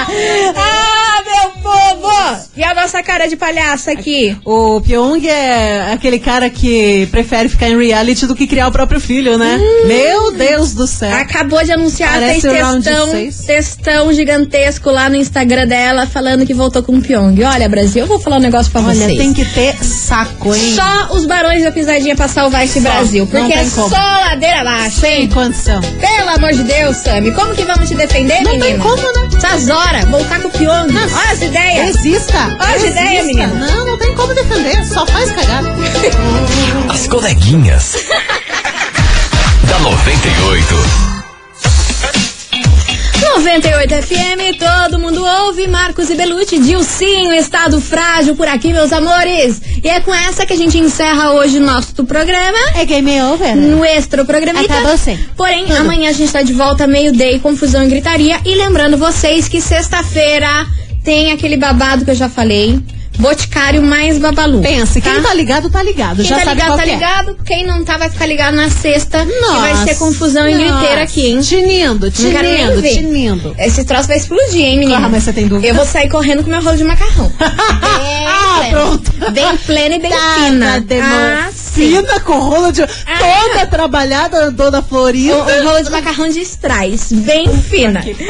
[SPEAKER 1] (laughs) Ah, meu povo! E a nossa cara de palhaça aqui?
[SPEAKER 2] O Pyong é aquele cara que prefere ficar em reality do que criar o próprio filho, né?
[SPEAKER 1] Hum.
[SPEAKER 2] Meu Deus do céu.
[SPEAKER 1] É. Acabou de anunciar,
[SPEAKER 2] Parece o
[SPEAKER 1] fez
[SPEAKER 2] round
[SPEAKER 1] textão,
[SPEAKER 2] seis.
[SPEAKER 1] textão gigantesco lá no Instagram dela, falando que voltou com o Pyong. Olha, Brasil, eu vou falar um negócio pra
[SPEAKER 2] Olha,
[SPEAKER 1] vocês.
[SPEAKER 2] tem que ter saco, hein?
[SPEAKER 1] Só os barões da pisadinha pra salvar esse Brasil.
[SPEAKER 2] não
[SPEAKER 1] Porque é
[SPEAKER 2] tem como.
[SPEAKER 1] só ladeira abaixo,
[SPEAKER 2] Sem
[SPEAKER 1] hein?
[SPEAKER 2] condição.
[SPEAKER 1] Pelo amor de Deus, Sammy. Como que vamos te defender,
[SPEAKER 2] Não tem
[SPEAKER 1] menina?
[SPEAKER 2] como, né?
[SPEAKER 1] Essas horas, voltar com o Pyong.
[SPEAKER 2] Nossa.
[SPEAKER 1] Olha as ideias.
[SPEAKER 2] Resista.
[SPEAKER 1] Olha as
[SPEAKER 2] Resista.
[SPEAKER 1] ideias, né, menina.
[SPEAKER 2] Não, não tem como defender. Só faz cagada.
[SPEAKER 4] As coleguinhas. da 98.
[SPEAKER 1] 98 FM, todo mundo ouve. Marcos e Belucci, Dilcinho, Estado Frágil por aqui, meus amores. E é com essa que a gente encerra hoje o nosso programa.
[SPEAKER 2] É game over.
[SPEAKER 1] Nuestro programita.
[SPEAKER 2] Acabou sim.
[SPEAKER 1] Porém, amanhã a gente tá de volta, meio-day, confusão e gritaria. E lembrando vocês que sexta-feira tem aquele babado que eu já falei. Boticário mais babalu.
[SPEAKER 2] Pensa, quem tá ligado, tá ligado.
[SPEAKER 1] Quem
[SPEAKER 2] Já
[SPEAKER 1] tá
[SPEAKER 2] sabe
[SPEAKER 1] ligado,
[SPEAKER 2] qual
[SPEAKER 1] tá
[SPEAKER 2] que é.
[SPEAKER 1] ligado. Quem não tá, vai ficar ligado na sexta.
[SPEAKER 2] Nossa.
[SPEAKER 1] Que vai ser confusão e griteira aqui, hein?
[SPEAKER 2] Tinindo,
[SPEAKER 1] Não quero nem
[SPEAKER 2] tinindo,
[SPEAKER 1] ver.
[SPEAKER 2] tinindo.
[SPEAKER 1] Esse troço vai explodir, hein, menina?
[SPEAKER 2] Ah, mas você tem dúvida?
[SPEAKER 1] Eu vou sair correndo com meu rolo de
[SPEAKER 2] (laughs)
[SPEAKER 1] macarrão. Bem
[SPEAKER 2] Ah,
[SPEAKER 1] plena.
[SPEAKER 2] pronto.
[SPEAKER 1] Bem plena e bem fina. Ah, sim.
[SPEAKER 2] fina Tá com rolo
[SPEAKER 1] Ah.
[SPEAKER 2] de... Toda trabalhada, dona Florinda.
[SPEAKER 1] Um, um rolo de macarrão de strass, bem fina. (laughs) gente,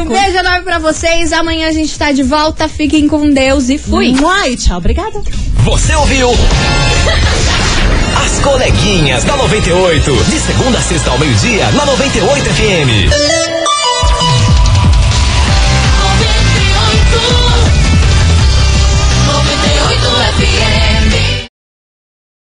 [SPEAKER 1] um
[SPEAKER 2] com-
[SPEAKER 1] beijo enorme pra vocês. Amanhã a gente tá de volta. Fiquem com Deus e fui.
[SPEAKER 2] Mua, e tchau, obrigada.
[SPEAKER 4] Você ouviu? As coleguinhas da 98. De segunda a sexta ao meio-dia, na 98 FM.
[SPEAKER 13] FM.